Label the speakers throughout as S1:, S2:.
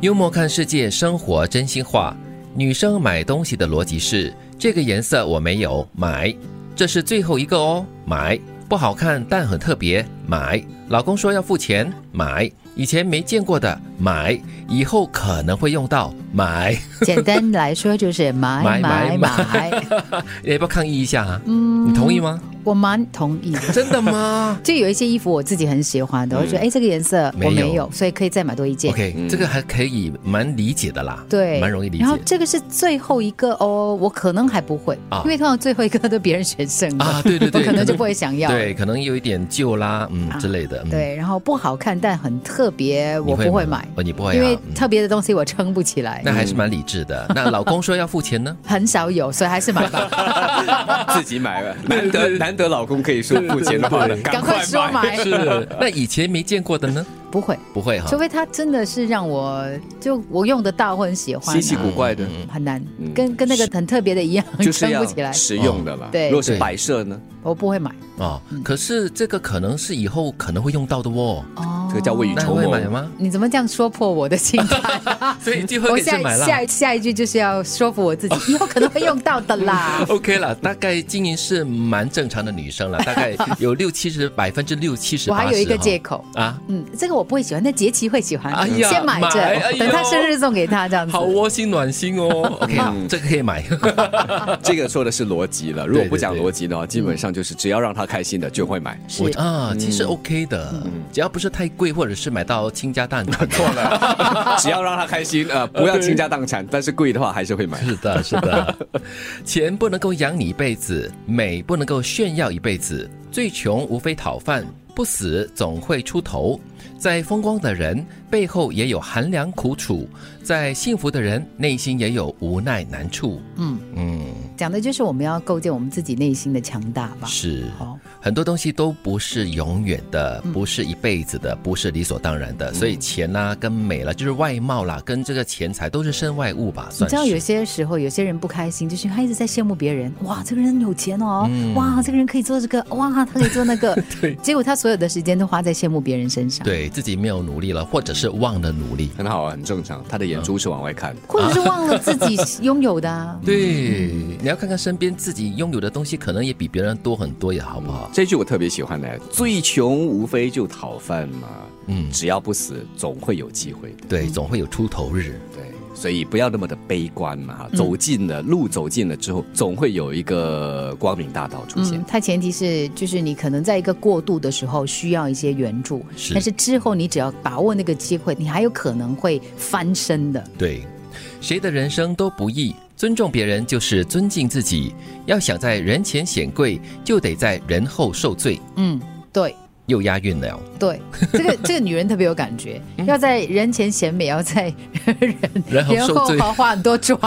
S1: 幽默看世界，生活真心话。女生买东西的逻辑是：这个颜色我没有，买；这是最后一个哦，买；不好看但很特别，买；老公说要付钱，买；以前没见过的，买；以后可能会用到，买。
S2: 简单来说就是买
S1: 买
S2: 买
S1: 买
S2: 买。
S1: 你要不要抗议一下啊？
S2: 嗯
S1: 你同意？ 吗？
S2: 我蛮同意的。
S1: 真的吗
S2: 就有一些衣服我自己很喜欢的，我觉得哎，这个颜色我
S1: 嗯没有
S2: 没有，所以可以再买多一件。
S1: ？OK，、这个还可以，蛮理解的啦，
S2: 对，
S1: 蛮容易理解
S2: 然后这个是最后一个哦，我可能还不会，
S1: 啊
S2: 因为通常最后一个都别人选剩的，
S1: 啊。对对
S2: 我
S1: 对，
S2: 可能就不会想要。
S1: 对，可能有一点旧啦，嗯、
S2: 啊
S1: 之类的。嗯、
S2: 对然后不好看但很特别，
S1: 你
S2: 我
S1: 会，
S2: 不会买，
S1: 哦，你不会、啊，
S2: 因为
S1: 嗯
S2: 特别的东西我撑不起来，？
S1: 那还是蛮理智的。那老公说要付钱呢
S2: 很少有，所以还是买吧。
S3: 自己买了， 难得难得老公可以说付钱的话了，
S2: 赶快说买，
S1: 是。那以前没见过的呢？
S2: 不会，
S1: 不会哈
S2: 除。非它真的是让我就我用得到或很喜欢啊、
S3: 稀奇古怪的，嗯
S2: 很难，
S1: 嗯
S2: 跟跟那个很特别的一样，
S3: 就是
S2: 撑
S3: 要
S2: 不起来，哦
S3: 实用的了。
S2: 对
S3: 如果是
S1: 对
S3: 摆设呢，
S2: 我不会买。
S1: 哦，可是这个可能是以后可能会用到的哦。
S2: 哦，
S3: 这个叫未雨
S1: 那
S3: 绸
S1: 会买
S3: 缪。
S1: 吗？
S2: 你怎么这样说破我的心 态？
S1: 哦所以就
S2: 我
S1: 会给
S2: 下
S1: 是买了。。
S2: 下下一句就是要说服我自己，以后可能会用到的啦
S1: OK 啦，大概经营是蛮正常的女生了，大概有六七十百分之六七十。
S2: 我还有一个
S1: 80哈
S2: 借口，
S1: 啊，
S2: 嗯，这个我不会喜欢，但杰奇会喜欢，
S1: 哎呀
S2: 先买着，
S1: 买哎呦
S2: 等他生日送给他这样子。
S1: 好窝心暖心 哦。OK，好这个可以买。
S3: 这个说的是逻辑了，如果不讲
S1: 对对对
S3: 逻辑的话，基本上就是只要让他开心的就会 买。
S2: 是
S1: 我啊，其
S2: 嗯
S1: 实 OK 的，只要不是太贵，或者是买到倾家荡产。错了。
S3: 只要让他开心，呃，不要倾家荡产，但是贵的话还是会买。
S1: 是的，是 的，钱不能够养你一辈子，美不能够炫耀一辈子，最穷无非讨饭，不死总会出头。在风光的人背后也有寒凉苦楚，在幸福的人内心也有无奈难处。
S2: 嗯
S1: 嗯，
S2: 讲的就是我们要构建我们自己内心的强大吧。
S1: 是
S2: 好，
S1: 很多东西都不是永远的，不是一辈子的，不是理所当然
S2: 嗯
S1: 的。所以钱啦、跟美啦，就是外貌啦，跟这个钱财都是身外物吧，
S2: 你
S1: 算
S2: 知道有
S1: 是。
S2: 些时候，有些人不开心，就是他一直在羡慕别人。哇，这个人有钱哦，哇，这个人可以做这个，哇，他可以做那个。
S1: 嗯 对
S2: 结果他所有的时间都花在羡慕别人身上，
S1: 对自己没有努力了，或者是忘了努力。
S3: 很好啊，很正常。他的眼珠是往外看的，
S2: 或者是忘了自己拥有的、啊。
S1: 对，你要看看身边自己拥有的东西，可能也比别人多很多，也好不好？
S3: 哦这句我特别喜欢的，最穷无非就讨饭嘛，
S1: 嗯
S3: 只要不死，总会有机会的。
S1: 对，总会有出头日。
S3: 对，所以不要那么的悲观嘛，
S2: 嗯
S3: 哈，走近了路走近了之后，总会有一个光明大道出现
S2: 嗯，。它前提是就是你可能在一个过渡的时候需要一些援助，
S1: 是
S2: 但是之后你只要把握那个机会，你还有可能会翻身的。
S1: 对，谁的人生都不易，尊重别人就是尊敬自己。要想在人前显贵，就得在人后受罪。
S2: 嗯，对。
S1: 又押韵了，
S2: 对，这 个这个女人特别有感觉，
S1: 嗯
S2: 要在人前显美，要在人
S1: 然后
S2: 人
S1: 受
S2: 后
S1: 罪。
S2: 好花很 多妆，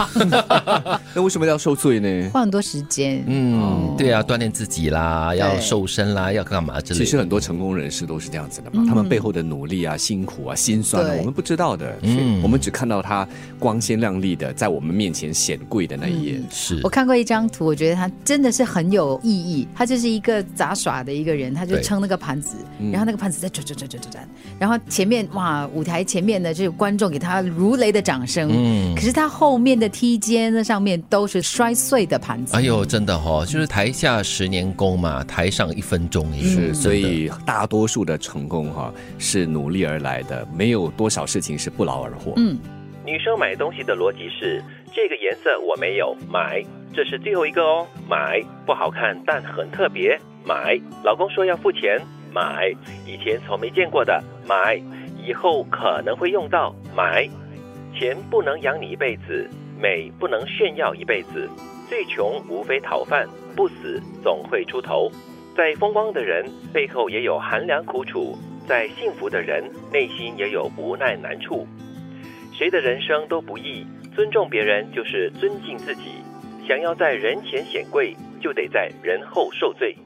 S3: 那为什么要受罪呢？
S2: 花很多时间。
S1: 嗯，对啊，锻炼自己啦，要瘦身啦，要干嘛之类
S3: 其实
S1: 的。
S3: 很多成功人士都是这样子的嘛，他们背后的努力啊、辛苦啊、辛酸啊，
S2: 嗯对
S3: 我们不知道的，
S1: 嗯
S3: 是我们只看到他光鲜亮丽的，在我们面前显贵的那一
S2: 嗯
S3: 页。
S1: 是
S2: 我看过一张图，我觉得他真的是很有意义。他就是一个杂耍的一个人，他就
S1: 对嗯
S2: 撑那个盘子，然后那个盘子在转转转转转转，然后前面哇，舞台前面的这个观众给他如雷的掌声，
S1: 嗯
S2: 可是他后面的梯间那上面都是摔碎的盘子。
S1: 哎呦，真的哦，就是台下十年功嘛，台上一分钟也
S2: 嗯
S3: 是，嗯所
S1: 真的
S3: 以大多数的成功哈、是努力而来的，没有多少事情是不劳而获。
S2: 嗯，
S1: 女生买东西的逻辑是：这个颜色我没有，买；这是最后一个哦，买；不好看但很特别，买；老公说要付钱，买；以前从没见过的，买；以后可能会用到，买。钱不能养你一辈子，美不能炫耀一辈子，最穷无非讨饭，不死总会出头。在风光的人背后也有寒凉苦楚，在幸福的人内心也有无奈难处。谁的人生都不易，尊重别人就是尊敬自己。想要在人前显贵，就得在人后受罪。